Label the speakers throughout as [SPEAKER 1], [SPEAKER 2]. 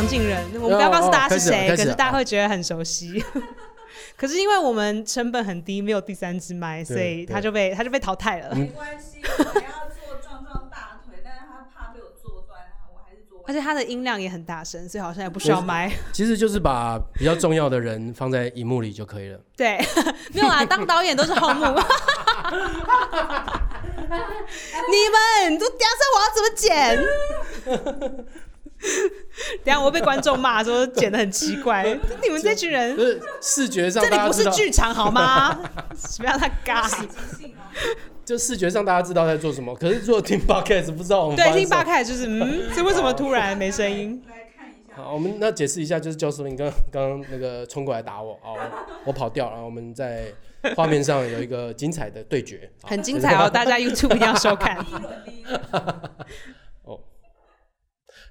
[SPEAKER 1] 我们不要告诉大
[SPEAKER 2] 哦
[SPEAKER 1] 家
[SPEAKER 2] 哦开
[SPEAKER 1] 是
[SPEAKER 2] 始了
[SPEAKER 1] 谁，
[SPEAKER 2] 开
[SPEAKER 1] 可
[SPEAKER 2] 始
[SPEAKER 1] 是
[SPEAKER 2] 了
[SPEAKER 1] 大家会觉得很熟悉。 可是因为我们成本很低，没有第三支麦，所以
[SPEAKER 2] 对嗯
[SPEAKER 1] 他就被他就被淘汰了。
[SPEAKER 3] 没关系，我要做壮壮大腿，但是他怕被我做断，我还是做
[SPEAKER 1] 而
[SPEAKER 3] 完。
[SPEAKER 1] 且他的音量也很大声，所以好像也不需要麦。
[SPEAKER 2] 其实就是把比较重要的人放在荧幕里就可以了。
[SPEAKER 1] 对， 没有啦，当导演都是后 幕。你们都等一下我要怎么剪？ 等一下我被观众骂说剪的很奇怪， 你们这群人
[SPEAKER 2] 就，是视觉上
[SPEAKER 1] 这里
[SPEAKER 2] 大家
[SPEAKER 1] 不
[SPEAKER 2] 知
[SPEAKER 1] 是
[SPEAKER 2] 道，
[SPEAKER 1] 剧场好吗？ 什么样的尬？
[SPEAKER 3] 即兴哦，
[SPEAKER 2] 就视觉上大家知道在做什么，可是如果听 podcast 不知道我 们
[SPEAKER 1] 对，
[SPEAKER 2] 发生
[SPEAKER 1] 听
[SPEAKER 2] 什么
[SPEAKER 1] 八开就是， 嗯，这为什么突然没声音？
[SPEAKER 3] 来看一下。
[SPEAKER 2] 好，我们那解释一下，就是教授林刚刚刚那个冲过来打我啊、我我跑掉，然后我们在画面上有一个精彩的对决，好
[SPEAKER 1] 很精彩 哦，大家 YouTube 一定要收看。
[SPEAKER 3] 哎第一轮，第一轮，
[SPEAKER 2] 大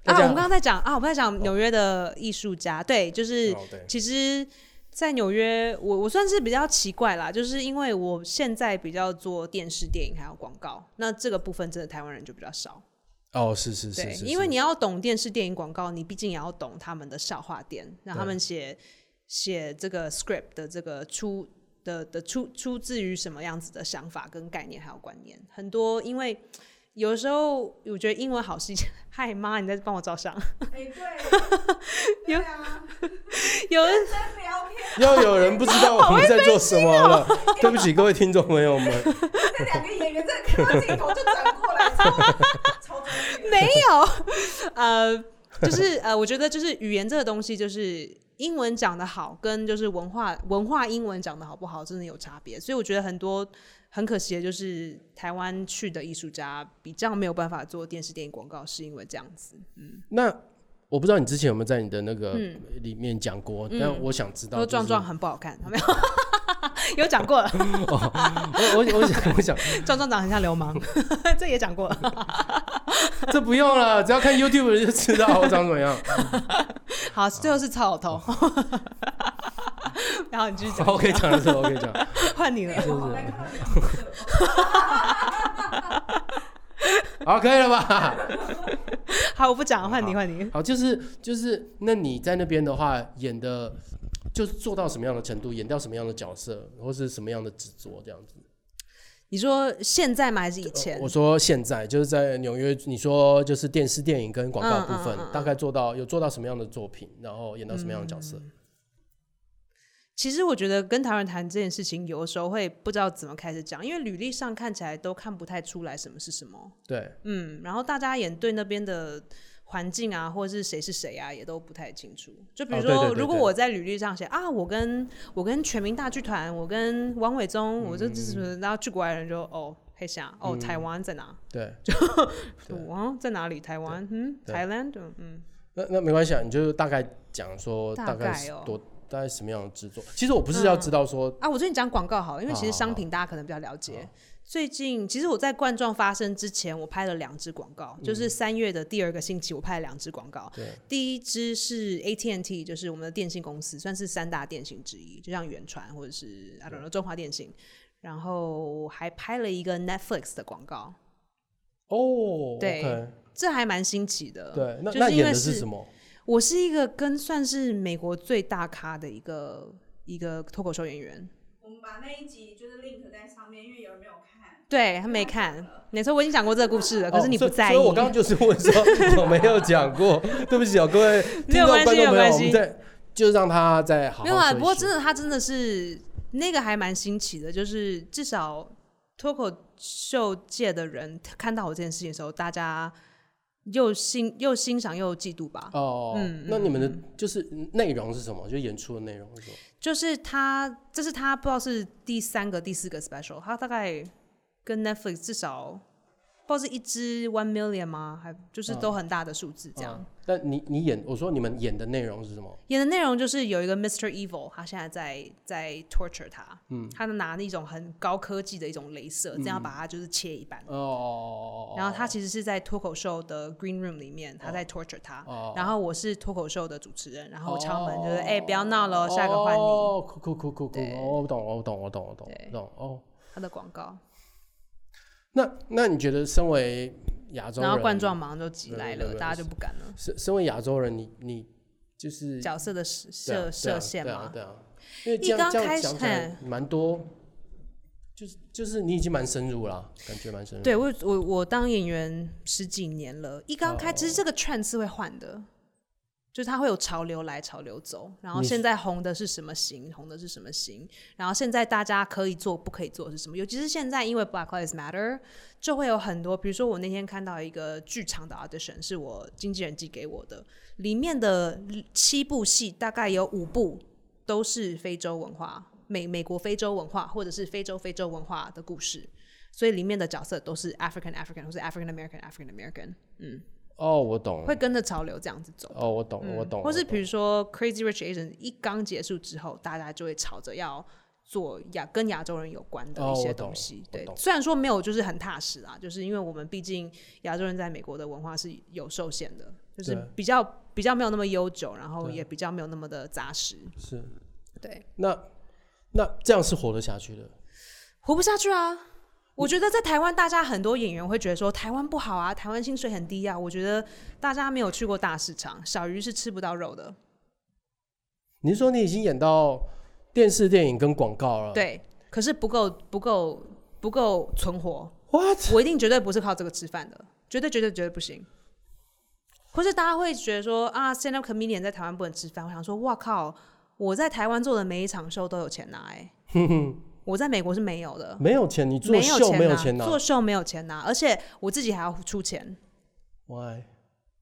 [SPEAKER 1] 啊，我
[SPEAKER 2] 家
[SPEAKER 1] 们刚刚在讲啊，我们在讲纽约的艺术家，对，就是
[SPEAKER 2] 哦对
[SPEAKER 1] 其实，在纽约，我我算是比较奇怪啦，就是因为我现在比较做电视、电影还有广告，那这个部分真的台湾人就比较少。
[SPEAKER 2] 哦，是是是
[SPEAKER 1] 对，
[SPEAKER 2] 是，
[SPEAKER 1] 因为
[SPEAKER 2] 是
[SPEAKER 1] 你要懂电视、电影、广告，你毕竟也要懂他们的笑话点，让他们写写这个 script 的这个出的的出出自于什么样子的想法、跟概念还有观念，很多因为。有时候我觉得英文好是一件， 嗨妈，你在帮我照相。
[SPEAKER 3] 哎，对，对啊，
[SPEAKER 1] 有人
[SPEAKER 3] 认真聊天，
[SPEAKER 2] 要有人不知道我们在做什么 了，对不起各位听众朋友们，
[SPEAKER 3] 这两个演员真的看到镜头就转过来，超超专业。
[SPEAKER 1] 没有，呃，就是呃，我觉得就是语言这个东西，就是英文讲得好，跟就是文化文化英文讲得好不好，真的有差别。所以我觉得很多很可惜的就是台湾去的艺术家比较没有办法做电视电影广告，是因为这样子。
[SPEAKER 2] 那我不知道你之前有没有在你的那个
[SPEAKER 1] 嗯
[SPEAKER 2] 里面讲过，但我想知道、
[SPEAKER 1] 说壮壮，很不好看，有没 有？有讲过了，
[SPEAKER 2] 我我我想我想，
[SPEAKER 1] 壮壮长得很像流氓， 这也讲过了。
[SPEAKER 2] 这不用了，只要看 YouTube 就知道我长怎 么样。
[SPEAKER 1] 好，最后是超老头，然后你继续讲，
[SPEAKER 2] 我可以讲的时候，我可以讲。
[SPEAKER 1] 换你了。
[SPEAKER 3] 我好来看到你们的
[SPEAKER 2] 好，可以了吧？
[SPEAKER 1] 好，我不讲了，换你，换你。
[SPEAKER 2] 好，就是就是，那你在那边的话，演的就是做到什么样的程度，演到什么样的角色，或是什么样的制作这样子？
[SPEAKER 1] 你说现在吗？还是以前？
[SPEAKER 2] 我说现在就是在纽约，你说就是电视、电影跟广告部分，
[SPEAKER 1] 嗯嗯嗯嗯
[SPEAKER 2] 大概做到有做到什么样的作品，然后演到什么样的角色？
[SPEAKER 1] 嗯其实我觉得跟台湾谈这件事情，有的时候会不知道怎么开始讲，因为履历上看起来都看不太出来什么是什么。
[SPEAKER 2] 对，
[SPEAKER 1] 嗯，然后大家也对那边的环境啊，或者是谁是谁啊，也都不太清楚。就比如
[SPEAKER 2] 哦
[SPEAKER 1] 说，
[SPEAKER 2] 对对对
[SPEAKER 1] 如果
[SPEAKER 2] 对
[SPEAKER 1] 我在履历上写啊，我跟我跟全民大剧团，我跟王伟忠，我
[SPEAKER 2] 嗯
[SPEAKER 1] 就这什么，然后去国外的人就哦。黑想哦，台湾在哪？
[SPEAKER 2] 对，嗯对
[SPEAKER 1] 哦，在哪里？台湾，嗯
[SPEAKER 2] 对
[SPEAKER 1] ，Thailand，嗯，
[SPEAKER 2] 那那没关系，啊，你就大概讲说
[SPEAKER 1] 大
[SPEAKER 2] 大概
[SPEAKER 1] 概
[SPEAKER 2] 是
[SPEAKER 1] 哦
[SPEAKER 2] 多大概什么样的制作。其实我不是要知道说
[SPEAKER 1] 啊，我最近讲广告好了，因为其实商品大家可能比较了解。最近其实我在冠状发生之前，我拍了两支广告，就是三月的第二个星期，我拍了两支广告。
[SPEAKER 2] 嗯对
[SPEAKER 1] 第一支是 AT&T，就是我们的电信公司，算是三大电信之一，就像远传或者是 I don't know 中华电信。然后还拍了一个 Netflix 的广告，
[SPEAKER 2] 哦，
[SPEAKER 1] 对
[SPEAKER 2] OK，
[SPEAKER 1] 这还蛮新奇的。
[SPEAKER 2] 对，那
[SPEAKER 1] 就是
[SPEAKER 2] 那
[SPEAKER 1] 因
[SPEAKER 2] 演
[SPEAKER 1] 为
[SPEAKER 2] 的是
[SPEAKER 1] 是
[SPEAKER 2] 什么？
[SPEAKER 1] 我是一个跟算是美国最大咖的一个一个脱口秀演员，
[SPEAKER 3] 我们把那一集就是 link 在上面，因为有人没有 看。
[SPEAKER 1] 对他没看，没错，我已经讲过这个故事了，可是你不
[SPEAKER 2] 哦所以
[SPEAKER 1] 在意。
[SPEAKER 2] 所以我刚刚就是 问说有没有讲过，对不起哦，各位
[SPEAKER 1] 没
[SPEAKER 2] 听
[SPEAKER 1] 有
[SPEAKER 2] 众
[SPEAKER 1] 关系
[SPEAKER 2] 观众朋
[SPEAKER 1] 没有关
[SPEAKER 2] 友，
[SPEAKER 1] 系
[SPEAKER 2] 我们再就让他再好好
[SPEAKER 1] 没有啊，不过
[SPEAKER 2] 休息
[SPEAKER 1] 真的，他真的是那个还蛮新奇的，就是至少脱口秀界的人看到我这件事情的时候，大家又欣又欣赏又嫉妒吧。
[SPEAKER 2] 哦，
[SPEAKER 1] 嗯
[SPEAKER 2] 那你们的就是内容是什么？就演出的内容是什么？
[SPEAKER 1] 就是他，这是他不知道是第三个、第四个 special，他大概跟 Netflix 至少不知道是一支 one million 吗？还就是都很大的数字这样。
[SPEAKER 2] 嗯但你你演，我说你们演的内容是什么？
[SPEAKER 1] 演的内容就是有一个 Mr. Evil，他现在在在 torture 他，嗯，他拿那种很高科技的一种镭
[SPEAKER 2] 嗯
[SPEAKER 1] 射，这样把他就是切一半。
[SPEAKER 2] 哦，
[SPEAKER 1] 然后他其实是在脱口秀的 green room 里面，他在 torture 他。
[SPEAKER 2] 哦
[SPEAKER 1] 然后我是脱口秀的主持人，然后我
[SPEAKER 2] 哦
[SPEAKER 1] 敲门就是，哎、不要闹了，下一个换你。
[SPEAKER 2] 哦，酷酷酷酷酷，
[SPEAKER 1] 对
[SPEAKER 2] 哦，我懂，我懂，我懂，我懂，
[SPEAKER 1] 对
[SPEAKER 2] 我懂哦。
[SPEAKER 1] 他的广告，
[SPEAKER 2] 那那你觉得身为亚洲人，
[SPEAKER 1] 然后冠状马上就挤来
[SPEAKER 2] 对对
[SPEAKER 1] 了，
[SPEAKER 2] 对
[SPEAKER 1] 大家就不敢了。
[SPEAKER 2] 身身为亚洲人，你你就是
[SPEAKER 1] 角色的
[SPEAKER 2] 对啊
[SPEAKER 1] 设
[SPEAKER 2] 对啊
[SPEAKER 1] 设限
[SPEAKER 2] 对
[SPEAKER 1] 嘛
[SPEAKER 2] 啊，。对啊，因为
[SPEAKER 1] 一
[SPEAKER 2] 这样
[SPEAKER 1] 刚
[SPEAKER 2] 这样
[SPEAKER 1] 开始
[SPEAKER 2] 讲起来蛮多，就是就是你已经蛮深入了，感觉蛮深入。
[SPEAKER 1] 对我我我当演员十几年了，一刚开，
[SPEAKER 2] 哦
[SPEAKER 1] 其实这个券是会换的，就是它会有潮流来潮流走，然后
[SPEAKER 2] 你
[SPEAKER 1] 现在红的是什么型，红的是什么型，然后现在大家可以做不可以做的是什么，尤其是现在因为 Black Lives Matter，就会有很多，比如说我那天看到一个剧场的 audition 是我经纪人寄给我的，里面的七部戏大概有五部都是非洲文化。美美国非洲文化，或者是非洲非洲文化的故事，所以里面的角色都是 African African 或是 African American African American，嗯，
[SPEAKER 2] 哦，我懂。
[SPEAKER 1] 会跟着潮流这样子走。
[SPEAKER 2] 哦，我懂，我懂。
[SPEAKER 1] 嗯或是
[SPEAKER 2] 我懂
[SPEAKER 1] 比如说 Crazy Rich Asian 一刚结束之后，大家就会吵着要做亚跟亚洲人有关的
[SPEAKER 2] 哦
[SPEAKER 1] 一些
[SPEAKER 2] 我懂
[SPEAKER 1] 东西。
[SPEAKER 2] 我
[SPEAKER 1] 对，
[SPEAKER 2] 懂
[SPEAKER 1] 虽然说没有就是很踏实啦，就是因为我们毕竟亚洲人在美国的文化是有受限的，就是
[SPEAKER 2] 对
[SPEAKER 1] 比较比较没有那么悠久，然后
[SPEAKER 2] 对
[SPEAKER 1] 也比较没有那么的扎实。
[SPEAKER 2] 是
[SPEAKER 1] 对，
[SPEAKER 2] 那那这样是活得下去的。
[SPEAKER 1] 活不下去啊！我觉得在台湾，大家很多演员会觉得说台湾不好啊，台湾薪水很低啊。我觉得大家没有去过大市场，小鱼是吃不到肉的。
[SPEAKER 2] 你是说你已经演到电视、电影跟广告了？
[SPEAKER 1] 对，可是不够，不够，不够存活。
[SPEAKER 2] ，what？
[SPEAKER 1] 我一定绝对不是靠这个吃饭的，绝对绝对绝对不行。或是大家会觉得说啊，stand up comedian 在台湾不能吃饭，我想说，哇靠，我在台湾做的每一场秀都有钱拿、 欸，我在美国是没有的。
[SPEAKER 2] 没有钱，你做
[SPEAKER 1] 没有
[SPEAKER 2] 秀没有
[SPEAKER 1] 拿，
[SPEAKER 2] 钱啊拿
[SPEAKER 1] 做秀没有钱拿，而且我自己还要出钱。
[SPEAKER 2] ，why？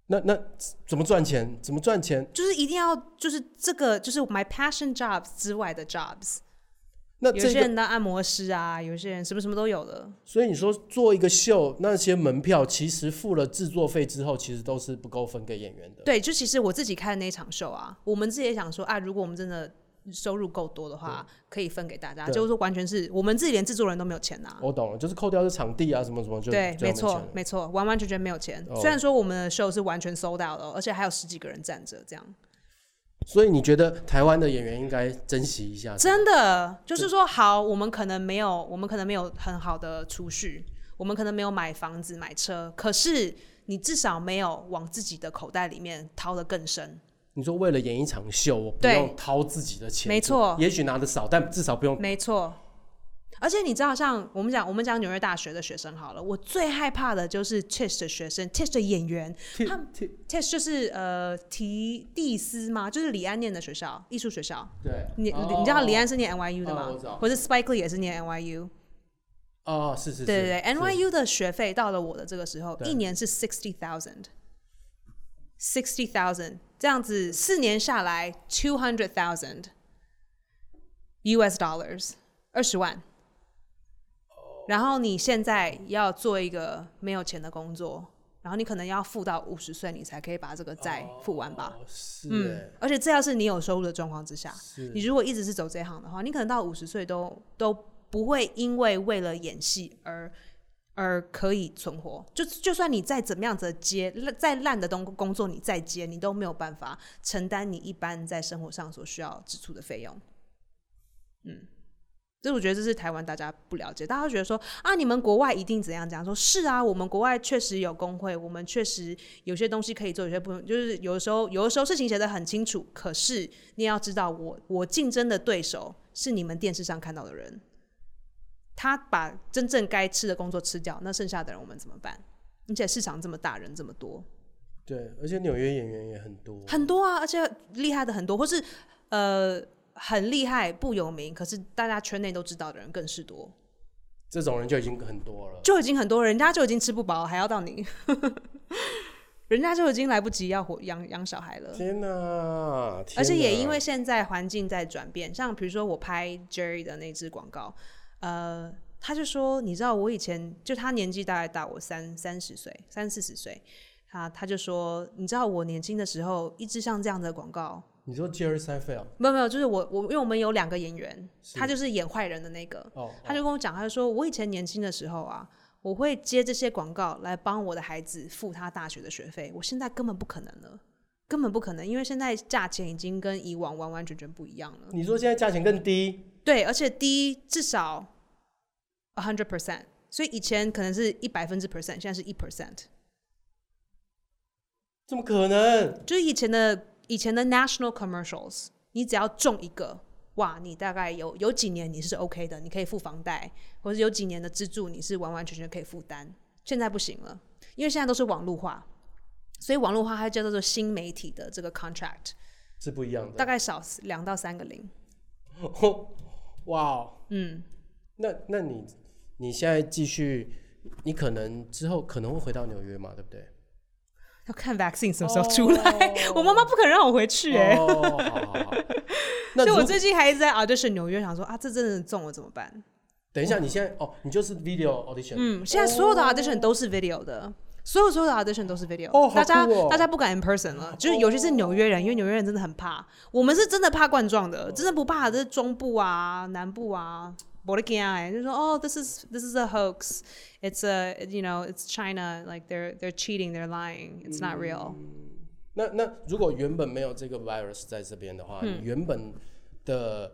[SPEAKER 2] 那那怎么赚钱？怎么赚钱？
[SPEAKER 1] 就是一定要就是这个就是 my passion jobs 之外的 jobs，
[SPEAKER 2] 那
[SPEAKER 1] 有
[SPEAKER 2] 这
[SPEAKER 1] 些
[SPEAKER 2] 个，
[SPEAKER 1] 人当按摩师啊，有些人什么什么都有的，
[SPEAKER 2] 所以你说做一个秀，那些门票其实付了制作费之后，其实都是不够分给演员的。
[SPEAKER 1] 对，就其实我自己看的那一场秀啊，我们自己也想说啊，如果我们真的收入够多的话，可以分给大家，
[SPEAKER 2] 对
[SPEAKER 1] 就是说完全是我们自己连制作人都没有钱拿。
[SPEAKER 2] 我懂了，就是扣掉这场地啊什么什么就
[SPEAKER 1] 对，
[SPEAKER 2] 就
[SPEAKER 1] 没
[SPEAKER 2] 要没
[SPEAKER 1] 错
[SPEAKER 2] 钱，了
[SPEAKER 1] 没错，完完全全没有钱。
[SPEAKER 2] 哦
[SPEAKER 1] 虽然说我们的秀是完全 sold out 的哦，而且还有十几个人站着，这样
[SPEAKER 2] 所以你觉得台湾的演员应该珍惜一下？
[SPEAKER 1] 真的就是说，好，我们可能没有，我们可能没有很好的储蓄，我们可能没有买房子、买车，可是你至少没有往自己的口袋里面掏得更深。
[SPEAKER 2] 你说为了演一场秀，我不
[SPEAKER 1] 对
[SPEAKER 2] 用掏自己的钱，
[SPEAKER 1] 没错
[SPEAKER 2] 也许拿的少，但至少不用。
[SPEAKER 1] 没错，而且你知道，像我们讲，我们讲纽约大学的学生好了，我最害怕的就是 Tish 的学生，Tish 的演员
[SPEAKER 2] 替
[SPEAKER 1] 他
[SPEAKER 2] 替
[SPEAKER 1] ，Tish 就是呃提蒂斯嘛，就是李安念的学校，艺术学校。
[SPEAKER 2] 对，
[SPEAKER 1] 你、
[SPEAKER 2] 哦
[SPEAKER 1] 你知道李安是念 NYU 的
[SPEAKER 2] 哦
[SPEAKER 1] 吗？
[SPEAKER 2] 我知道
[SPEAKER 1] 或者 Spike Lee 也是念 NYU。
[SPEAKER 2] 哦，是是是，
[SPEAKER 1] 对对对
[SPEAKER 2] 是
[SPEAKER 1] ，NYU 的学费到了我的这个时候，
[SPEAKER 2] 对
[SPEAKER 1] 一年是 sixty thousand，sixty thousand 这样子，四年下来 two hundred thousand US dollars，二十万。然后你现在要做一个没有钱的工作，然后你可能要付到五十岁，你才可以把这个债付完吧。
[SPEAKER 2] 哦是
[SPEAKER 1] 嗯
[SPEAKER 2] 欸，
[SPEAKER 1] 而且这要是你有收入的状况之下，
[SPEAKER 2] 是
[SPEAKER 1] 你如果一直是走这一行的话，你可能到五十岁都都不会因为为了演戏而而可以存活。就就算你再怎么样子的接再烂的东工作，你再接，你都没有办法承担你一般在生活上所需要支出的费用。嗯，嗯所以我觉得这是台湾大家不了解，大家都觉得说啊，你们国外一定怎样怎样。说是啊，我们国外确实有工会，我们确实有些东西可以做，有些不能。就是有的时候，有的时候事情写得很清楚，可是你也要知道我，我竞争的对手是你们电视上看到的人，他把真正该吃的工作吃掉，那剩下的人我们怎么办？而且市场这么大，人这么多，
[SPEAKER 2] 对，而且纽约演员也很多，
[SPEAKER 1] 很多啊，而且厉害的很多，或是呃很厉害不有名，可是大家圈内都知道的人更是多，
[SPEAKER 2] 这种人就已经很多了。
[SPEAKER 1] 就已经很多人家就已经吃不饱，还要到你， 人家就已经来不及要活养养小孩了。
[SPEAKER 2] 天哪！天
[SPEAKER 1] 而且也
[SPEAKER 2] 哪
[SPEAKER 1] 因为现在环境在转变，像比如说我拍 Jerry 的那支广告，呃，他就说，你知道我以前就他年纪大概大我三三十岁，三四十岁，他他就说，你知道我年轻的时候，一支像这样的广告，
[SPEAKER 2] 你说 Jerry Seinfeld
[SPEAKER 1] 没有没有，就是我我因为我们有两个演员，
[SPEAKER 2] 是
[SPEAKER 1] 他就是演坏人的那个，
[SPEAKER 2] 哦，
[SPEAKER 1] 他
[SPEAKER 2] 哦
[SPEAKER 1] 就跟我讲，他就说我以前年轻的时候啊，我会接这些广告来帮我的孩子付他大学的学费，我现在根本不可能了，根本不可能，因为现在价钱已经跟以往完完全全不一样了。
[SPEAKER 2] 你说现在价钱更低，
[SPEAKER 1] 对，而且低至少 a hundred percent，所以以前可能是一百分之 percent，现在是一 percent，
[SPEAKER 2] 怎么可能？
[SPEAKER 1] 就是以前的以前的 national commercials，你只要中一个，哇，你大概有有几年你是 OK 的，你可以付房贷，或者有几年的支柱你是完完全全可以负担。现在不行了，因为现在都是网络化，所以网络化它叫做新媒体的这个 contract，
[SPEAKER 2] 是不一样
[SPEAKER 1] 大
[SPEAKER 2] 的。
[SPEAKER 1] 概少两到三个零。
[SPEAKER 2] 哇哦，
[SPEAKER 1] 嗯，
[SPEAKER 2] 那那你你现在继续，你可能之后可能会回到纽约嘛，对不对？
[SPEAKER 1] 要看 vaccine 什么时候出来。哦 我妈妈不肯让我回去、哎、
[SPEAKER 2] 哦，好 好好。那
[SPEAKER 1] 所以
[SPEAKER 2] 如
[SPEAKER 1] 我最近还一直在 audition 纽约，想说啊，这真的中了怎么办？
[SPEAKER 2] 等一下，你现在哦，你就是 video audition，、
[SPEAKER 1] 嗯，现在所有的 audition 都是 video 的，所有所有的 audition 都是 video，、
[SPEAKER 2] 哦哦好哦酷
[SPEAKER 1] 大家、
[SPEAKER 2] 哦
[SPEAKER 1] 大家不敢 in person 了，就是尤其是纽约人，因为纽约人真的很怕，我们是真的怕冠状的，真的不怕，这是中部啊、南部啊。我的天哎，就说哦，this is this is a hoax, it's a you know it's China, like they're they're cheating, they're lying, it's not real、
[SPEAKER 2] 嗯那那如果原本没有这个 virus 在这边的话，
[SPEAKER 1] 嗯
[SPEAKER 2] 你原本的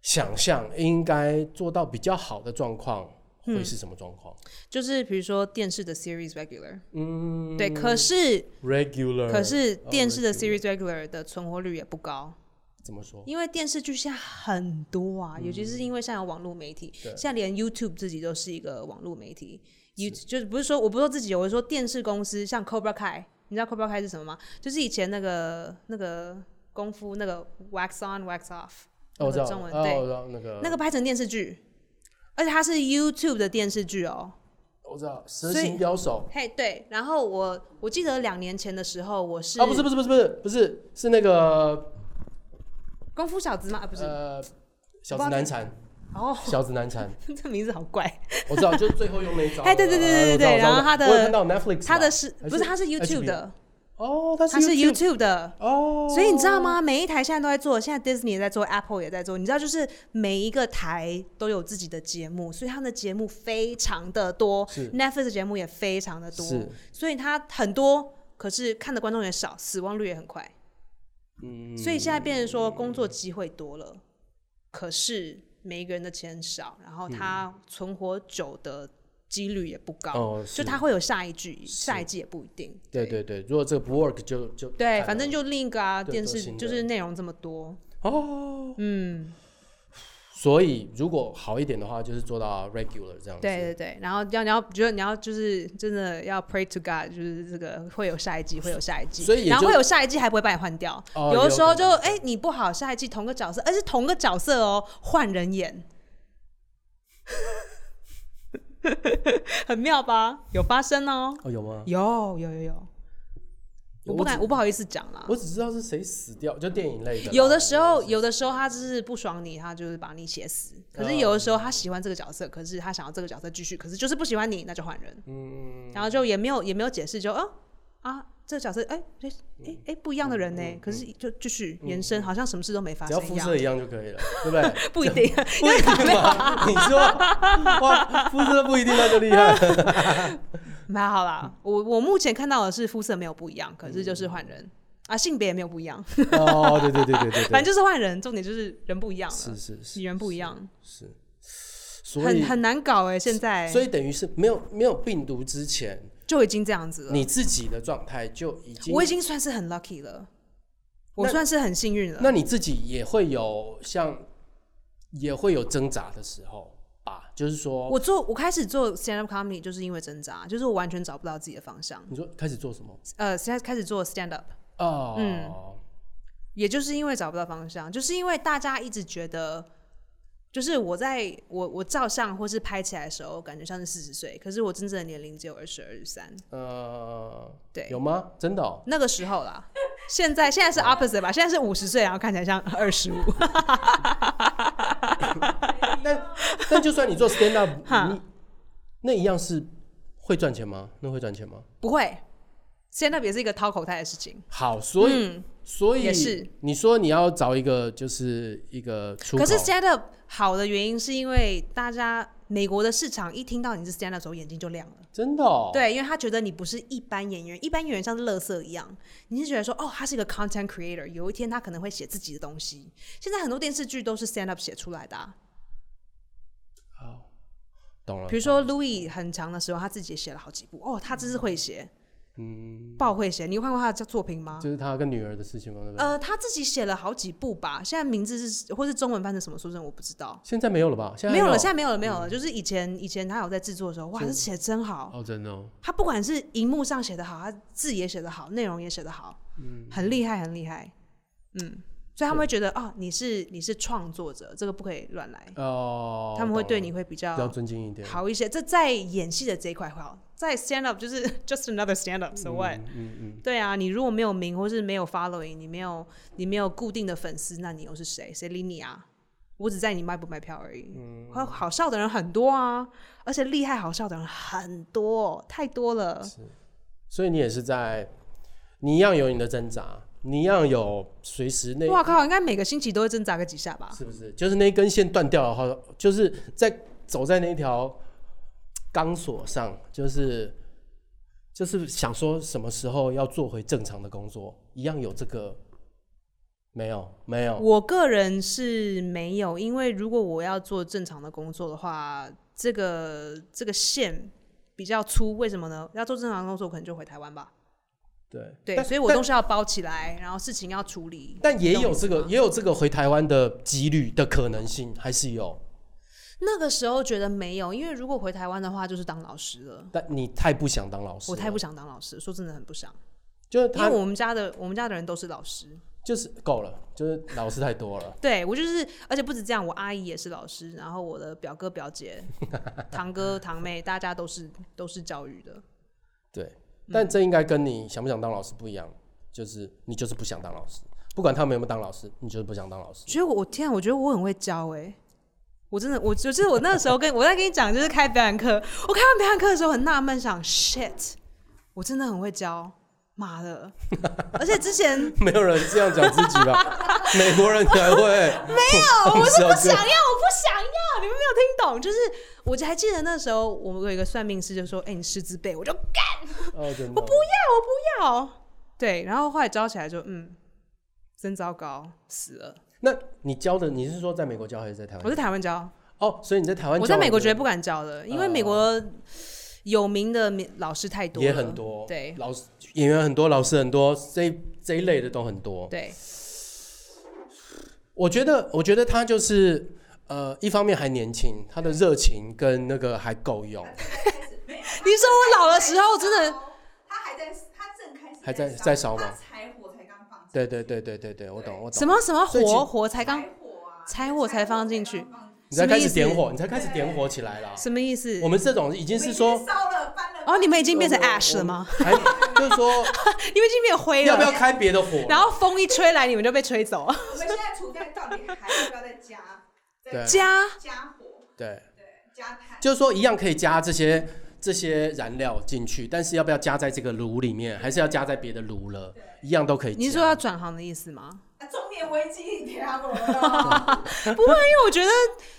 [SPEAKER 2] 想象应该做到比较好的状况会
[SPEAKER 1] 嗯
[SPEAKER 2] 是什么状况？
[SPEAKER 1] 就是比如说电视的 series regular，、
[SPEAKER 2] 嗯哦
[SPEAKER 1] 对，可是
[SPEAKER 2] regular，
[SPEAKER 1] 可是电视的
[SPEAKER 2] regular
[SPEAKER 1] series regular 的存活率也不高，
[SPEAKER 2] 怎么说？
[SPEAKER 1] 因为电视剧现在很多啊，尤其是因为现在有网络媒体，
[SPEAKER 2] 嗯对
[SPEAKER 1] 现在连 YouTube 自己都是一个网络媒体。You 就是不是说我不是说自己，我是说电视公司，像 Cobra Kai，你知道 Cobra Kai 是什么吗？就是以前那个那个功夫那个 Wax On Wax Off，、
[SPEAKER 2] 哦，我知道，
[SPEAKER 1] 那个中文
[SPEAKER 2] 哦，
[SPEAKER 1] 对
[SPEAKER 2] 我知道那个
[SPEAKER 1] 那个拍成电视剧，而且它是 YouTube 的电视剧哦。
[SPEAKER 2] 我知道，蛇
[SPEAKER 1] 所以
[SPEAKER 2] 形刁手
[SPEAKER 1] 嘿、对，然后我我记得两年前的时候，我是
[SPEAKER 2] 啊，不是不是不是不是不是是那个
[SPEAKER 1] 功夫小子吗？啊，不是，
[SPEAKER 2] 呃，小子难缠，
[SPEAKER 1] 哦，
[SPEAKER 2] 小子难缠，
[SPEAKER 1] 这名字好怪。
[SPEAKER 2] 我知道，就最后用那一招。
[SPEAKER 1] 哎对对对对
[SPEAKER 2] 哎
[SPEAKER 1] 对
[SPEAKER 2] 我知道我知道
[SPEAKER 1] 然后他的
[SPEAKER 2] 我有看到 Netflix，
[SPEAKER 1] 他的
[SPEAKER 2] 吧
[SPEAKER 1] 是
[SPEAKER 2] 还
[SPEAKER 1] 不是他是 YouTube 的？
[SPEAKER 2] 哦，他
[SPEAKER 1] 他是
[SPEAKER 2] 是
[SPEAKER 1] YouTube 的。
[SPEAKER 2] 哦，
[SPEAKER 1] 所以你知道吗？每一台现在都在做，现在 Disney 也在做，Apple 也在做。你知道，就是每一个台都有自己的节目，所以他们的节目非常的多
[SPEAKER 2] 是
[SPEAKER 1] ，Netflix 的节目也非常的多
[SPEAKER 2] 是，
[SPEAKER 1] 所以它很多，可是看的观众也少，死亡率也很快。
[SPEAKER 2] 嗯
[SPEAKER 1] 所以现在变成说工作机会多了，可是每一个人的钱少，然后他存活久的几率也不高，
[SPEAKER 2] 嗯哦
[SPEAKER 1] 就是他会有下一季，下一季也不一定。
[SPEAKER 2] 对对对，如果这个不 work 就就
[SPEAKER 1] 对，
[SPEAKER 2] 看
[SPEAKER 1] 反
[SPEAKER 2] 了
[SPEAKER 1] 正就另一个啊，
[SPEAKER 2] 对
[SPEAKER 1] 电
[SPEAKER 2] 都
[SPEAKER 1] 视
[SPEAKER 2] 新的
[SPEAKER 1] 就是内容这么多，
[SPEAKER 2] 哦。
[SPEAKER 1] 嗯，
[SPEAKER 2] 所以如果好一点的话，就是做到 regular 这样子。
[SPEAKER 1] 对对对，然后要你要觉得你要就是真的要 pray to God，就是这个会有下一季，会有下一季，
[SPEAKER 2] 所以也
[SPEAKER 1] 然后
[SPEAKER 2] 就
[SPEAKER 1] 会有下一季还不会把你换掉，
[SPEAKER 2] 哦
[SPEAKER 1] 有的时候
[SPEAKER 2] 有可
[SPEAKER 1] 就哎、你不好，下一季同个角色，而且同个角色哦，换人演， 很妙吧？有发生哦，
[SPEAKER 2] 哦，有吗？
[SPEAKER 1] 有有有有，我不敢，我不好意思讲啦
[SPEAKER 2] 我只，。我只知道是谁死掉，就电影类的啦。
[SPEAKER 1] 有的时候，有的时候他就是不爽你，他就是把你写死。可
[SPEAKER 2] 嗯
[SPEAKER 1] 是有的时候他喜欢这个角色，可是他想要这个角色继续，可是就是不喜欢你，那就换人。
[SPEAKER 2] 嗯，
[SPEAKER 1] 然后就也没有也没有解释，就哦啊，这个角色哎哎
[SPEAKER 2] 嗯
[SPEAKER 1] 哎哎不一样的人呢，可是就继续延伸，好像什么事都没发
[SPEAKER 2] 只要
[SPEAKER 1] 生一
[SPEAKER 2] 肤
[SPEAKER 1] 样
[SPEAKER 2] 色，一样就可以了，对不对？
[SPEAKER 1] 不一定。
[SPEAKER 2] 不一定嘛？你说哇，肤色不一定那就厉害了。
[SPEAKER 1] 蛮好啦，
[SPEAKER 2] 嗯
[SPEAKER 1] 我我目前看到的是肤色没有不一样，可是就是换人啊，性别也没有不一样，
[SPEAKER 2] 哦，对对对对对对，
[SPEAKER 1] 反正就是换人，重点就是人不一样
[SPEAKER 2] 是
[SPEAKER 1] 了，
[SPEAKER 2] 是是
[SPEAKER 1] 你人不一样，
[SPEAKER 2] 是，所
[SPEAKER 1] 很
[SPEAKER 2] 以
[SPEAKER 1] 很难搞哎，现在
[SPEAKER 2] 所以等于是没有没有病毒之前，
[SPEAKER 1] 就已经这样子了，
[SPEAKER 2] 你自己的状态就已经
[SPEAKER 1] 我已经算是很 lucky 了，我
[SPEAKER 2] 那
[SPEAKER 1] 算是很幸运了
[SPEAKER 2] 那。你自己也会有像，也会有挣扎的时候吧？就是说，
[SPEAKER 1] 我做我开始做 stand up comedy 就是因为挣扎，就是我完全找不到自己的方向。
[SPEAKER 2] 你说开始做什么？
[SPEAKER 1] 呃，现在开始做 stand up，
[SPEAKER 2] 哦，
[SPEAKER 1] 嗯也就是因为找不到方向，就是因为大家一直觉得，就是我在我我照相或是拍起来的时候，感觉像是四十岁，可是我真正的年龄只有二十二、三。
[SPEAKER 2] 呃，
[SPEAKER 1] 对
[SPEAKER 2] 有吗？真的、哦？
[SPEAKER 1] 那个时候啦，现在现在是 opposite 吧，现在是五十岁，然后看起来像二十五。
[SPEAKER 3] 哎
[SPEAKER 2] 但 但就算你做 stand
[SPEAKER 1] 哈
[SPEAKER 2] up，你那一样是会赚钱吗？那会赚钱吗？
[SPEAKER 1] 不会，现在也是一个掏口袋的事情。
[SPEAKER 2] 好，所以、
[SPEAKER 1] 嗯，
[SPEAKER 2] 所以
[SPEAKER 1] 也是
[SPEAKER 2] 你说你要找一个就是一个出口，
[SPEAKER 1] 可是 stand up 好的原因是因为大家美国的市场一听到你是 stand up 的时候，眼睛就亮了。
[SPEAKER 2] 真的、哦？，
[SPEAKER 1] 对，因为他觉得你不是一般演员，一般演员像是垃圾一样，你是觉得说，哦，他是一个 content creator，有一天他可能会写自己的东西。现在很多电视剧都是 stand up 写出来的、啊，
[SPEAKER 2] 懂了
[SPEAKER 1] 比。如说 Louis 哦很长的时候，他自己写了好几部，哦，他真是会写。
[SPEAKER 2] 嗯，
[SPEAKER 1] 鲍慧贤，你有看过他的作品吗？
[SPEAKER 2] 就是他跟女儿的事情吗？对不对？
[SPEAKER 1] 呃，他自己写了好几部吧，现在名字是或是中文翻成什么？说真的，我不知道。
[SPEAKER 2] 现在没啊有了吧？现在
[SPEAKER 1] 没有了，
[SPEAKER 2] 还
[SPEAKER 1] 现在没有了，没有了。就是以前以前他有在制作的时候，哇，
[SPEAKER 2] 是
[SPEAKER 1] 他写得真好。
[SPEAKER 2] 哦，真的哦，
[SPEAKER 1] 他不管是荧幕上写的好，他字也写得好，内容也写得好，
[SPEAKER 2] 嗯，
[SPEAKER 1] 很厉害，很厉害。嗯，所以他们会觉得啊，你是你是创作者，这个不可以乱来，
[SPEAKER 2] 哦，
[SPEAKER 1] 他们会
[SPEAKER 2] 懂
[SPEAKER 1] 对
[SPEAKER 2] 了
[SPEAKER 1] 你会比
[SPEAKER 2] 比较
[SPEAKER 1] 较
[SPEAKER 2] 尊敬一点。
[SPEAKER 1] 好一些。这在演戏的这一块会好，在 stand up 就是 just another stand up，so
[SPEAKER 2] 嗯
[SPEAKER 1] what？
[SPEAKER 2] 嗯嗯，
[SPEAKER 1] 对啊，你如果没有名或是没有 following，你没有你没有固定的粉丝，那你又是谁？谁理你啊？我只在你卖不卖票而已。
[SPEAKER 2] 嗯
[SPEAKER 1] 好好笑的人很多啊，而且厉害好笑的人很多，太多了。
[SPEAKER 2] 所以你也是在，你一样有你的挣扎，你一样有随时那，
[SPEAKER 1] 哇靠，应该每个星期都会挣扎个几下吧？
[SPEAKER 2] 是不是？就是那根线断掉的话，就是在走在那条钢索上，就是就是想说什么时候要做回正常的工作，一样有这个没有没有，
[SPEAKER 1] 我个人是没有，因为如果我要做正常的工作的话，这个这个线比较粗，为什么呢？要做正常的工作，我可能就回台湾吧。
[SPEAKER 2] 对
[SPEAKER 1] 对，
[SPEAKER 2] 但
[SPEAKER 1] 所以我
[SPEAKER 2] 但
[SPEAKER 1] 东西要包起来，然后事情要处理。
[SPEAKER 2] 但也
[SPEAKER 1] 懂
[SPEAKER 2] 有
[SPEAKER 1] 我意思
[SPEAKER 2] 这个
[SPEAKER 1] 吗
[SPEAKER 2] 也有这个回台湾的几率的可能性，还是有。
[SPEAKER 1] 那个时候觉得没有，因为如果回台湾的话，就是当老师了。
[SPEAKER 2] 但你太不想当老师了，
[SPEAKER 1] 我太不想当老师，说真的很不想，
[SPEAKER 2] 就是
[SPEAKER 1] 因
[SPEAKER 2] 哦他
[SPEAKER 1] 为我们家的我们家的人都是老师，
[SPEAKER 2] 就是够了，就是老师太多了。
[SPEAKER 1] 对我就是，而且不止这样，我阿姨也是老师，然后我的表哥表姐、堂哥堂妹，大家都是都是教育的。
[SPEAKER 2] 对，
[SPEAKER 1] 嗯
[SPEAKER 2] 但这应该跟你想不想当老师不一样，就是你就是不想当老师，不管他们有没有当老师，你就是不想当老师。
[SPEAKER 1] 觉得我我天、啊，我觉得我很会教哎、我真的，我就是我那时候跟我在跟你讲，就是开表演课，我开完表演课的时候很纳闷，想 shit，我真的很会教，妈的！而且之前
[SPEAKER 2] 没有人这样讲自己吧？美国人 才会。没有，
[SPEAKER 1] 哦我是不想要，
[SPEAKER 2] 这
[SPEAKER 1] 我不想要，你们没有听懂，就是我还记得那时候我们有一个算命师就说：“哎、你师资背。”我就干
[SPEAKER 2] 哦，真的。
[SPEAKER 1] 要，对，然后后来教起来就嗯，真糟糕，死了。
[SPEAKER 2] 那你教的，你是说在美国教还是哎在台
[SPEAKER 1] 我
[SPEAKER 2] 湾
[SPEAKER 1] 是
[SPEAKER 2] 教？
[SPEAKER 1] 台湾教，
[SPEAKER 2] 哦，所以你在台湾教，
[SPEAKER 1] 我在美国绝对不敢教的，因为
[SPEAKER 2] 哦
[SPEAKER 1] 美国有名的老师太多了，
[SPEAKER 2] 也很多，
[SPEAKER 1] 对
[SPEAKER 2] 老师演员很多，老师很多，这一这一类的都很多。
[SPEAKER 1] 对，
[SPEAKER 2] 我觉得，我觉得他就是呃，一方面还年轻，他的热情跟那个还够用，
[SPEAKER 3] 开始没有。
[SPEAKER 1] 你说我老的时候真的
[SPEAKER 3] 他还在，他正开始
[SPEAKER 2] 还在
[SPEAKER 3] 烧
[SPEAKER 2] 在烧
[SPEAKER 3] 他
[SPEAKER 2] 吗？
[SPEAKER 3] 柴火才刚放进去，
[SPEAKER 2] 对对对对对对，我懂我哎懂。
[SPEAKER 1] 什么什么
[SPEAKER 2] 所以其
[SPEAKER 1] 火火才刚
[SPEAKER 3] 柴火啊，
[SPEAKER 1] 柴火才放进去
[SPEAKER 3] 柴火才刚放进去
[SPEAKER 2] 你才开始点
[SPEAKER 1] 什么
[SPEAKER 2] 火，你才开始点火起来了。
[SPEAKER 1] 什么意思
[SPEAKER 2] 我？们这种已经是
[SPEAKER 3] 我已
[SPEAKER 2] 说呃
[SPEAKER 3] 经，烧了翻了
[SPEAKER 1] 哦，你们已经变成
[SPEAKER 2] 我们
[SPEAKER 1] ash 了吗？？
[SPEAKER 2] 还 就是说，
[SPEAKER 1] 你们已经变灰了，
[SPEAKER 2] 要不要开别的火？
[SPEAKER 1] 然后风一吹来，你们就被吹走了。
[SPEAKER 3] 我们现在处在到底还要不要再加？
[SPEAKER 2] 对
[SPEAKER 3] 再
[SPEAKER 1] 家
[SPEAKER 3] 加火，
[SPEAKER 2] 对，
[SPEAKER 3] 对，加炭。
[SPEAKER 2] 就是说一样可以加这些这些燃料进去，但是要不要加在这个炉里面，还是要加在别的炉了？一样都可以加。
[SPEAKER 1] 你是说要转行的意思吗？
[SPEAKER 3] 啊中年危机，你听 过了？
[SPEAKER 1] 因为我觉得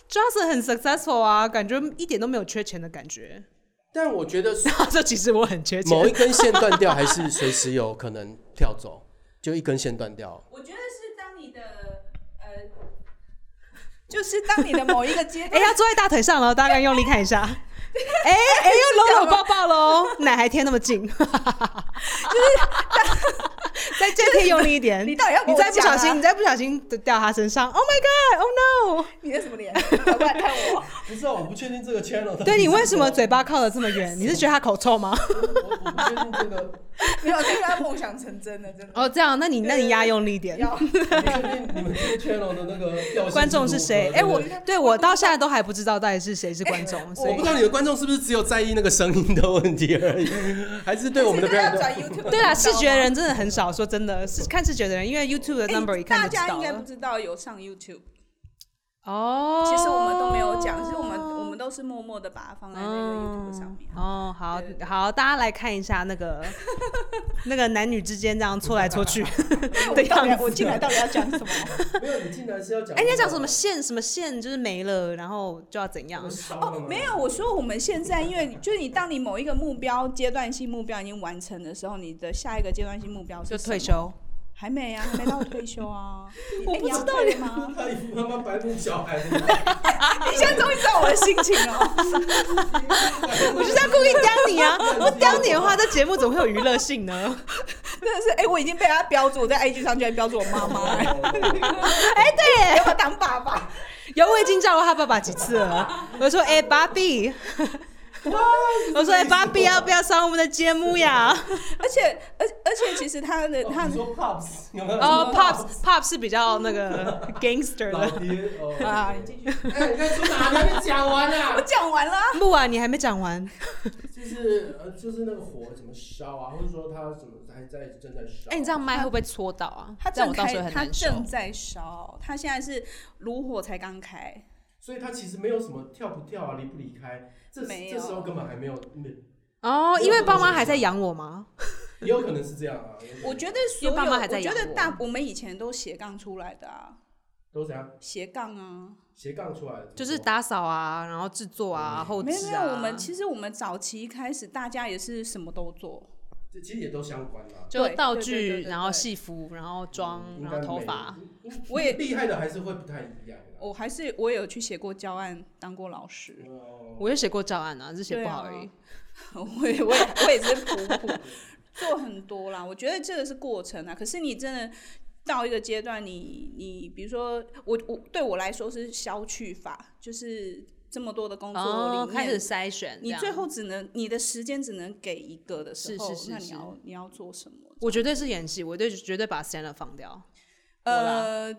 [SPEAKER 1] Johnson 很 successful 啊，感觉一点都没有缺钱的感觉。
[SPEAKER 2] 但我觉得
[SPEAKER 1] 他说其实我很缺
[SPEAKER 2] 某
[SPEAKER 1] 钱，
[SPEAKER 2] 一根线断掉，还是随时有可能跳走，就一根线断掉。
[SPEAKER 3] 我觉得是当你的呃， 就是当你的某一个阶
[SPEAKER 1] 哎，
[SPEAKER 3] 段，
[SPEAKER 1] 他坐在大腿上了，大家用力看一 下。哎哎，又搂搂抱抱喽，奶还贴那么近，就是再再贴用力一 点。
[SPEAKER 3] 你到底要跟
[SPEAKER 1] 你
[SPEAKER 3] 我
[SPEAKER 1] 再不
[SPEAKER 3] 讲啊
[SPEAKER 1] 小心，你再不小心掉他身上，Oh my God，Oh no！
[SPEAKER 3] 哎你的什么脸？快来看我！
[SPEAKER 2] 不是啊，我不确定这个 channel 到底
[SPEAKER 1] 对
[SPEAKER 2] 是
[SPEAKER 1] 你为什么
[SPEAKER 2] 什
[SPEAKER 1] 嘴巴靠得这么远？你是觉得他口臭吗？
[SPEAKER 2] 我我不确定这个，
[SPEAKER 3] 没有，这个要梦想成真的，真的。
[SPEAKER 1] 哦，这样，那你那你压用力一点。
[SPEAKER 3] 要
[SPEAKER 2] 我不确定你们这个 channel 的那个调性
[SPEAKER 1] 观众是谁？
[SPEAKER 2] 如何
[SPEAKER 1] 哎、 我哎
[SPEAKER 2] 对不对
[SPEAKER 1] 对我到现在都还不知道到底是谁是观众，所
[SPEAKER 2] 我不
[SPEAKER 1] 以
[SPEAKER 2] 知道你的观众是不是只有在意那个声音的问题而已，还是对我们的表
[SPEAKER 3] 要
[SPEAKER 2] 演
[SPEAKER 3] 转
[SPEAKER 2] 都？
[SPEAKER 3] YouTube。
[SPEAKER 1] 对啦，啊视觉人真的很少。说真的，是看视觉的人，因为 YouTube 的
[SPEAKER 3] 哎
[SPEAKER 1] number 一
[SPEAKER 3] 大
[SPEAKER 1] 看就知
[SPEAKER 3] 家
[SPEAKER 1] 道
[SPEAKER 3] 应该不
[SPEAKER 1] 了。
[SPEAKER 3] 知道有上 YouTube，
[SPEAKER 1] 哦，
[SPEAKER 3] 其实我们都没有讲，是我们我们都是默默的把它放在那个 YouTube 上面。啊
[SPEAKER 1] 哦，好
[SPEAKER 3] 对对对
[SPEAKER 1] 好，大家来看一下那 个那个男女之间这样搓来搓去的
[SPEAKER 3] 到底
[SPEAKER 1] 样
[SPEAKER 3] 要
[SPEAKER 1] 子。
[SPEAKER 3] 我进来到底要讲什么？
[SPEAKER 2] 没有，你竟然是要讲
[SPEAKER 1] 哎，你要讲什么线？什么线就是没了，然后就要怎样？
[SPEAKER 2] 哦
[SPEAKER 3] 没有，我说我们现在，因为就是你当你某一个目标阶段性目标已经完成的时候，你的下一个阶段性目标是
[SPEAKER 1] 就
[SPEAKER 3] 什
[SPEAKER 1] 退
[SPEAKER 3] 么
[SPEAKER 1] 休？
[SPEAKER 3] 还没啊，还没到退休 啊。
[SPEAKER 1] 我
[SPEAKER 3] 哎
[SPEAKER 1] 不
[SPEAKER 3] 你要
[SPEAKER 1] 知道
[SPEAKER 3] 退了 吗？
[SPEAKER 2] 他一副他妈白目小孩子，
[SPEAKER 3] 你现在终于知道我的心情了。
[SPEAKER 1] 我就是要故意刁你啊！我刁你的话，这节目怎么会有娱乐性呢？
[SPEAKER 3] 真的是，哎、我已经被他标注，我在 IG 上居然标注我妈妈、 哎
[SPEAKER 1] 对耶，
[SPEAKER 3] 要不要当爸爸？
[SPEAKER 1] 有我已经叫过他爸爸几次了。我说：“哎、芭比。”我说：“哎、芭比，要不要上我们的节目呀
[SPEAKER 3] 而且，而而且，其实他的他
[SPEAKER 2] 哦你说 pops 有没？”有？
[SPEAKER 1] 哦，Pops Pops 是比较那个 gangster
[SPEAKER 2] 老
[SPEAKER 1] 的。
[SPEAKER 2] 爹哦，
[SPEAKER 3] 啊，你进去
[SPEAKER 2] 哎，你在说哪？还没讲完呢、
[SPEAKER 3] 我讲完 了啊。
[SPEAKER 1] 木啊，你还没讲完。
[SPEAKER 2] 就是呃，就是那个火怎么烧啊，或者说它怎么还在正在烧？
[SPEAKER 1] 哎、你这样麦会不会戳到啊？
[SPEAKER 3] 他
[SPEAKER 1] 这样我
[SPEAKER 3] 正
[SPEAKER 1] 到时候
[SPEAKER 3] 开，
[SPEAKER 1] 很
[SPEAKER 3] 他
[SPEAKER 1] 难受。
[SPEAKER 3] 正在烧，他现在是炉火才刚开，
[SPEAKER 2] 所以它其实没有什么跳不跳啊，离不离开，这
[SPEAKER 3] 没有
[SPEAKER 2] 这时候根本还没有，没
[SPEAKER 1] 哦，因为爸妈还在养我吗？
[SPEAKER 2] 也有可能是这样啊。有可能
[SPEAKER 3] 我觉得所
[SPEAKER 1] 因
[SPEAKER 3] 有，
[SPEAKER 1] 为爸妈还在
[SPEAKER 3] 我觉
[SPEAKER 1] 养
[SPEAKER 3] 得
[SPEAKER 1] 我
[SPEAKER 3] 大我们以前都斜杠出来的啊，
[SPEAKER 2] 都怎样
[SPEAKER 3] 斜杠啊，
[SPEAKER 2] 斜杠出来的，
[SPEAKER 1] 就是打扫啊，然后制作啊，后
[SPEAKER 3] 没有
[SPEAKER 1] 置
[SPEAKER 3] 嗯没
[SPEAKER 1] 啊。
[SPEAKER 3] 有，我们其实我们早期开始大家也是什么都做，
[SPEAKER 2] 这其实也都相关啊。
[SPEAKER 1] 就
[SPEAKER 3] 对
[SPEAKER 1] 道
[SPEAKER 3] 对对对
[SPEAKER 1] 具，
[SPEAKER 3] 对
[SPEAKER 1] 然后
[SPEAKER 3] 对
[SPEAKER 1] 戏服，然后妆，
[SPEAKER 2] 嗯
[SPEAKER 1] 然后头发。，
[SPEAKER 2] 应该没
[SPEAKER 3] 我也
[SPEAKER 2] 厉害的还是会不太一样的。
[SPEAKER 3] 我还是我有去写过教案，当过老师，
[SPEAKER 2] 哦，
[SPEAKER 1] 我也写过教案啊，只是写不好而已。
[SPEAKER 3] 我也我也我也是普普做很多啦，我觉得这个是过程啊，可是你真的。到一个阶段你，你比如说我我对我来说是消去法，就是这么多的工作
[SPEAKER 1] 哦，
[SPEAKER 3] 里面，
[SPEAKER 1] 开始筛选。
[SPEAKER 3] 你
[SPEAKER 1] 这样
[SPEAKER 3] 最，后只能你的时间只能给一个的时候，
[SPEAKER 1] 是是是
[SPEAKER 3] 那
[SPEAKER 1] 是
[SPEAKER 3] 你要你要做什么？
[SPEAKER 1] 我绝对是演戏，我对绝对把 stand up 放掉。
[SPEAKER 3] 呃，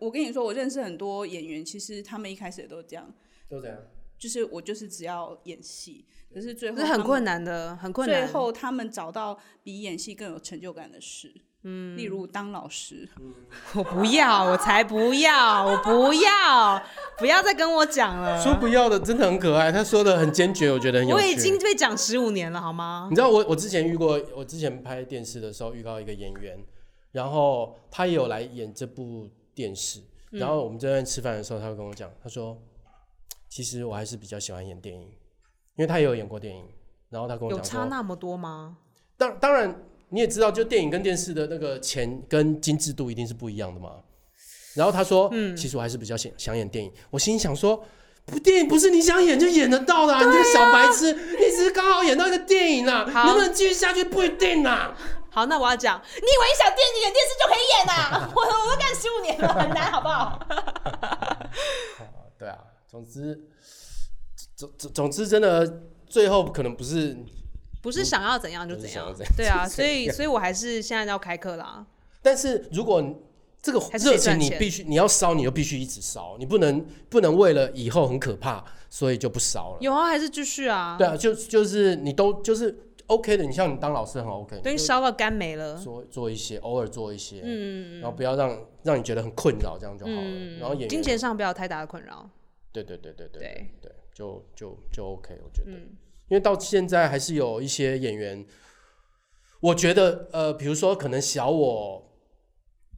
[SPEAKER 3] 我跟你说，我认识很多演员，其实他们一开始也都这样，
[SPEAKER 2] 都怎样？
[SPEAKER 3] 就是我就是只要演戏，可是最后
[SPEAKER 1] 这很困
[SPEAKER 3] 难，
[SPEAKER 1] 难的，很困
[SPEAKER 3] 最
[SPEAKER 1] 难。
[SPEAKER 3] 后他们找到比演戏更有成就感的事，嗯，例如当老师，
[SPEAKER 1] 我不要，我才不要，我不要，不要再跟我讲了。
[SPEAKER 2] 说不要的真的很可爱，他说的很坚决，我觉得很有
[SPEAKER 1] 我
[SPEAKER 2] 趣。
[SPEAKER 1] 已经被讲十五年了，好吗
[SPEAKER 2] 你？知道我我之前遇过，我之前拍电视的时候遇到一个演员，然后他也有来演这部电视，
[SPEAKER 1] 嗯
[SPEAKER 2] 然后我们在那边吃饭的时候，他会跟我讲，他说，其实我还是比较喜欢演电影，因为他也有演过电影，然后他跟我
[SPEAKER 1] 有
[SPEAKER 2] 讲
[SPEAKER 1] 差
[SPEAKER 2] 说，
[SPEAKER 1] 那么多吗？
[SPEAKER 2] 当当然你也知道，就电影跟电视的那个钱跟精致度一定是不一样的嘛。然后他说，
[SPEAKER 1] 嗯
[SPEAKER 2] 其实我还是比较想想演电影，我心里想说。不，电影不是你想演就演得到的、啊，你这个小白痴，你只是刚好演到一个电影啊，
[SPEAKER 1] 好
[SPEAKER 2] 能不能继续下去不一定啊。
[SPEAKER 1] 好，那我要讲，
[SPEAKER 4] 你以为你想电影演电视就可以演啊？我我都干十五年了，很难好不
[SPEAKER 1] 嗯
[SPEAKER 4] 好？
[SPEAKER 2] 对啊，总之，总总总之，真的最后可能不是
[SPEAKER 1] 不是想要怎样就
[SPEAKER 2] 不是
[SPEAKER 1] 怎
[SPEAKER 2] 想要
[SPEAKER 1] 样
[SPEAKER 2] 怎样，
[SPEAKER 1] 对啊，
[SPEAKER 2] 就
[SPEAKER 1] 所
[SPEAKER 2] 怎
[SPEAKER 1] 以
[SPEAKER 2] 样
[SPEAKER 1] 所以我还是现在要开课啦。
[SPEAKER 2] 但是如果你这个
[SPEAKER 1] 还是得
[SPEAKER 2] 热情
[SPEAKER 1] 赚
[SPEAKER 2] 你
[SPEAKER 1] 钱
[SPEAKER 2] 必须你要烧，你就必须一直烧，你不能不能为了以后很可怕，所以就不烧了。
[SPEAKER 1] 有啊，还是继续啊，
[SPEAKER 2] 对啊，就就是你都就是 OK 的，你像你当老师很 OK，
[SPEAKER 1] 等于
[SPEAKER 2] 你就
[SPEAKER 1] 烧到肝没了。
[SPEAKER 2] 做做一些，偶尔做一些，
[SPEAKER 1] 啊嗯，
[SPEAKER 2] 然后不要让让你觉得很困扰，这样就好了。然后演
[SPEAKER 1] 金
[SPEAKER 2] 员，
[SPEAKER 1] 钱上不要有太大的困扰。
[SPEAKER 2] 对对对对对
[SPEAKER 1] 对
[SPEAKER 2] 对，就就就 OK，我觉得。
[SPEAKER 1] 嗯，
[SPEAKER 2] 因为到现在还是有一些演员，我觉得呃，比如说可能小我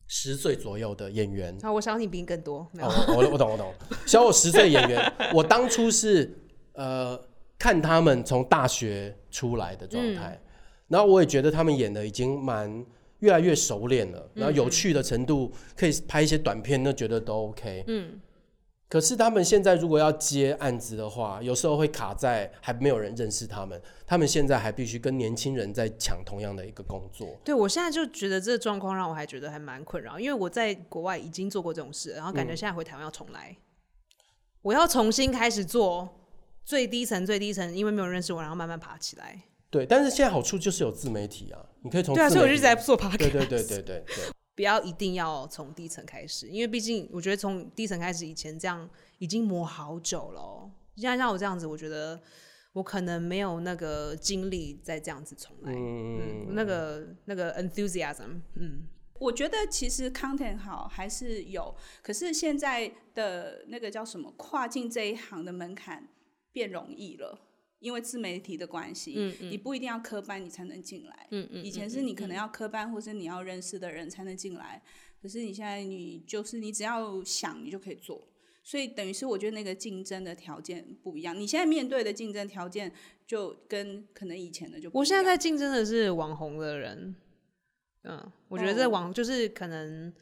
[SPEAKER 2] 十岁左右的演员，
[SPEAKER 1] 好，我想你比你更多，没有
[SPEAKER 2] 哦，我我懂我懂，小我十岁的演员，我当初是呃看他们从大学出来的状
[SPEAKER 1] 嗯
[SPEAKER 2] 态，然后我也觉得他们演的已经蛮越来越熟练了，然后有趣的程度可以拍一些短片，那觉得都 OK，
[SPEAKER 1] 嗯，
[SPEAKER 2] 可是他们现在如果要接案子的话，有时候会卡在还没有人认识他们，他们现在还必须跟年轻人在抢同样的一个工作。
[SPEAKER 1] 对我现在就觉得这个状况让我还觉得还蛮困扰，因为我在国外已经做过这种事，然后感
[SPEAKER 2] 嗯
[SPEAKER 1] 觉现在回台湾要重来，我要重新开始做最低层最低层，因为没有人认识我，然后慢慢爬起来。
[SPEAKER 2] 对，但是现在好处就是有自媒体啊，你可以从
[SPEAKER 1] 对啊，
[SPEAKER 2] 自
[SPEAKER 1] 所以我就
[SPEAKER 2] 媒
[SPEAKER 1] 一
[SPEAKER 2] 体
[SPEAKER 1] 直在做爬。
[SPEAKER 2] 对对对对对对，
[SPEAKER 1] 不要一定要从低层开始，因为毕竟我觉得从低层开始以前这样已经磨好久了哦、现在像我这样子，我觉得我可能没有那个精力再这样子重来，嗯，
[SPEAKER 2] 嗯，
[SPEAKER 1] 那个那个 enthusiasm，嗯，
[SPEAKER 3] 我觉得其实 content 好还是有，可是现在的那个叫什么跨境这一行的门槛变容易了。因为自媒体的关系，
[SPEAKER 1] 嗯
[SPEAKER 3] 你不一定要科班你才能进来。嗯嗯以前是你可能要科班，或是你要认识的人才能进来。可是你现在你就是你只要想，你就可以做。所以等于是我觉得那个竞争的条件不一样。你现在面对的竞争条件就跟可能以前的就不一样
[SPEAKER 1] 我现在在竞争的是网红的人，嗯，我觉得在
[SPEAKER 3] 哦
[SPEAKER 1] 网就是可能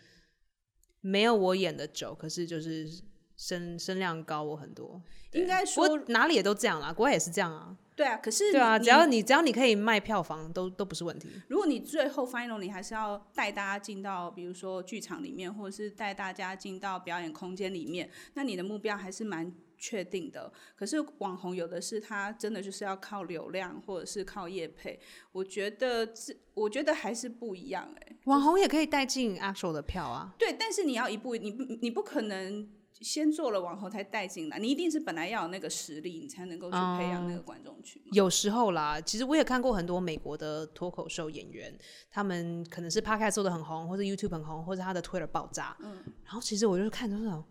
[SPEAKER 1] 没有我演的久，可是就是声声量高我很多。对
[SPEAKER 3] 应该
[SPEAKER 1] 不过
[SPEAKER 3] 说
[SPEAKER 1] 哪里也都这样啦，国外也是这样啊。
[SPEAKER 3] 对啊，可是
[SPEAKER 1] 对啊，
[SPEAKER 3] 你
[SPEAKER 1] 只要你只要你可以卖票房，都都不是问题。
[SPEAKER 3] 如果你最后 final 你还是要带大家进到，比如说剧场里面，或者是带大家进到表演空间里面，那你的目标还是蛮确定的。可是网红有的是他真的就是要靠流量，或者是靠业配，我觉得这我觉得还是不一样哎、
[SPEAKER 1] 网红也可以带进 actual 的票啊。
[SPEAKER 3] 对，但是你要一步，你不你不可能。先做了网红才带进来，你一定是本来要有那个实力，你才能够去培养那
[SPEAKER 1] 哦
[SPEAKER 3] 个观众群嘛。
[SPEAKER 1] 有时候啦，其实我也看过很多美国的脱口秀演员，他们可能是 podcast 做的很红，或者 YouTube 很红，或者他的 Twitter 爆炸。然后其实我就看就是那种，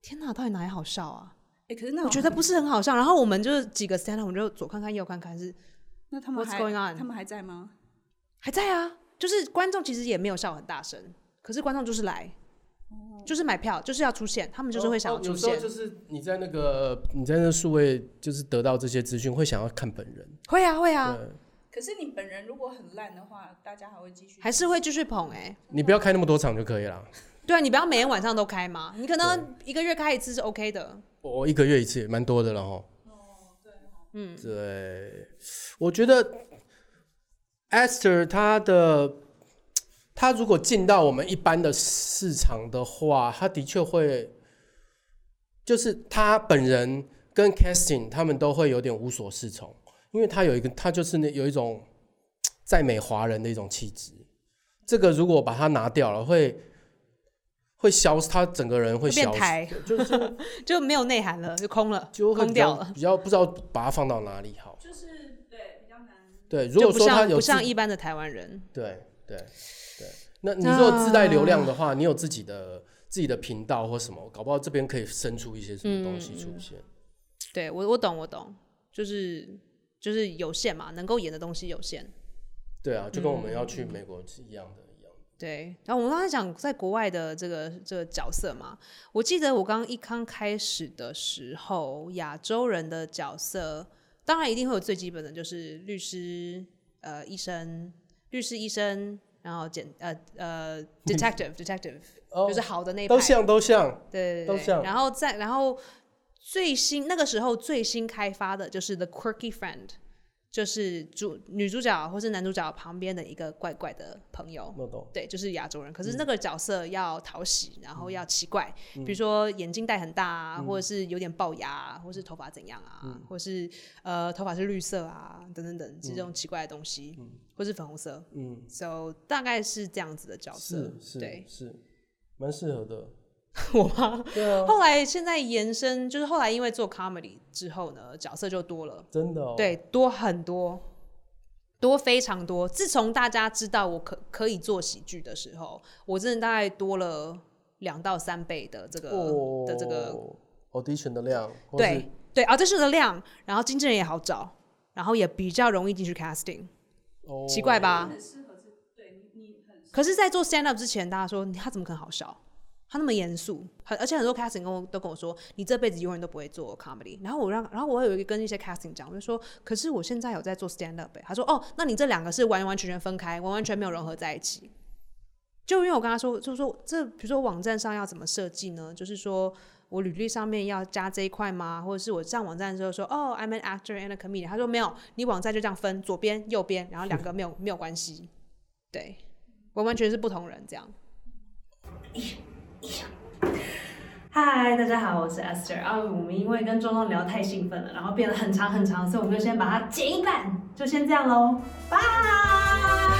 [SPEAKER 1] 天哪，到底哪里好笑啊？
[SPEAKER 3] 哎、可是那
[SPEAKER 1] 我觉得不是很好笑。然后我们就是几个 stand up，我们就左看看右看看，是
[SPEAKER 3] 那他们
[SPEAKER 1] What's
[SPEAKER 3] 还
[SPEAKER 1] going on？
[SPEAKER 3] 他们还在吗？
[SPEAKER 1] 还在啊，就是观众其实也没有笑很大声，可是观众就是来，就是买票，就是要出现，他们就是会想要
[SPEAKER 2] 哦有
[SPEAKER 1] 出
[SPEAKER 2] 时候
[SPEAKER 1] 现，
[SPEAKER 2] 就是你在那个你在那数位，就是得到这些资讯，会想要看本人。
[SPEAKER 1] 会啊会啊，
[SPEAKER 2] 对，
[SPEAKER 3] 可是你本人如果很烂的话，大家还会继续
[SPEAKER 1] 还是会继续捧哎、
[SPEAKER 2] 你不要开那么多场就可以了。
[SPEAKER 1] 对啊，你不要每天晚上都开嘛，你可能一个月开一次是 OK 的。
[SPEAKER 2] 我哦我一个月一次也蛮多的了哈。哦嗯，对，我觉得 Esther 她的她如果进到我们一般的市场的话，她的确会，就是她本人跟 casting 他们都会有点无所适从，因为她有一个，她就是那有一种在美华人的一种气质。这个如果把它拿掉了，会会消失，她整个人会
[SPEAKER 1] 变
[SPEAKER 2] 消失，
[SPEAKER 1] 台，
[SPEAKER 2] 就是
[SPEAKER 1] 就没有内涵了，就空了，
[SPEAKER 2] 就会
[SPEAKER 1] 空
[SPEAKER 2] 比较
[SPEAKER 1] 掉了。
[SPEAKER 2] 比较不知道把它放到哪里好。
[SPEAKER 3] 就是对比较难。
[SPEAKER 2] 对，如
[SPEAKER 1] 就
[SPEAKER 2] 果
[SPEAKER 1] 不
[SPEAKER 2] 说它
[SPEAKER 1] 像
[SPEAKER 2] 有
[SPEAKER 1] 不
[SPEAKER 2] 自
[SPEAKER 1] 像一般的台湾人，
[SPEAKER 2] 对对对，那你如果自带流量的话，你有自己的自己的频道或什么，搞不好这边可以生出一些什么东西出现。
[SPEAKER 1] 嗯对我我懂我懂，就是就是有限嘛，能够演的东西有限。
[SPEAKER 2] 对啊，就跟我
[SPEAKER 1] 嗯
[SPEAKER 2] 们要去美国是一样的，一样的。
[SPEAKER 1] 对，然后我们刚才讲在国外的这个这个角色嘛，我记得我刚一刚开始的时候，亚洲人的角色，当然一定会有最基本的，就是律师、呃医生、律师、医生，然后检呃 呃 detective detective，、
[SPEAKER 2] 哦
[SPEAKER 1] 就是好的那一派
[SPEAKER 2] 都。像都像，
[SPEAKER 1] 对对
[SPEAKER 2] 都
[SPEAKER 1] 对
[SPEAKER 2] 像
[SPEAKER 1] 对，然后再然后最新那个时候最新开发的就是 The Quirky Friend，就是主女主角或是男主角旁边的一个怪怪的朋友。
[SPEAKER 2] 我懂。
[SPEAKER 1] 对，就是亚洲人。
[SPEAKER 2] 嗯
[SPEAKER 1] 可是那个角色要讨喜，然后要奇怪，比如说眼镜戴很大啊，
[SPEAKER 2] 嗯
[SPEAKER 1] 或者是有点龅牙、啊，或是头发怎样啊，或是呃头发是绿色啊，等等等，这种奇怪的东西，或是粉红色。
[SPEAKER 2] 嗯，
[SPEAKER 1] So 大概是这样子的角色
[SPEAKER 2] 是。是
[SPEAKER 1] 对，
[SPEAKER 2] 是，蛮适合的。
[SPEAKER 1] 我吗？
[SPEAKER 2] 对啊，
[SPEAKER 1] 后来现在延伸，就是后来因为做 comedy 之后呢，角色就多了，
[SPEAKER 2] 真的哦。
[SPEAKER 1] 对，多很多，多非常多。自从大家知道我可可以做喜剧的时候，我真的大概多了两到三倍的这个、
[SPEAKER 2] 哦
[SPEAKER 1] 的这个
[SPEAKER 2] audition 的量，或是
[SPEAKER 1] 对对啊 audition 的量，然后经纪人也好找，然后也比较容易进去 casting，
[SPEAKER 2] 哦
[SPEAKER 1] 奇怪吧？可是，在做 stand up 之前，大家说你他怎么可能好笑？他那么严肃，很而且很多 casting 跟我都跟我说，你这辈子永远都不会做 comedy。然后我让，然后我有一个跟一些 casting 讲，我就说，可是我现在有在做 stand up、欸。他说，哦，那你这两个是完完全全分开，完完全没有融合在一起。就因为我跟他说，就是说这比如说网站上要怎么设计呢？就是说我履历上面要加这一块吗？或者是我上网站的时候说，哦，I'm an actor and a comedian。他说没有，你网站就这样分，左边右边，然后两个没有没有关系，对，完完全是不同人这样。嗨，大家好，我是 Esther。啊，我们因为跟庄庄聊太兴奋了，然后变得很长很长，所以我们就先把它剪一半，就先这样喽，拜。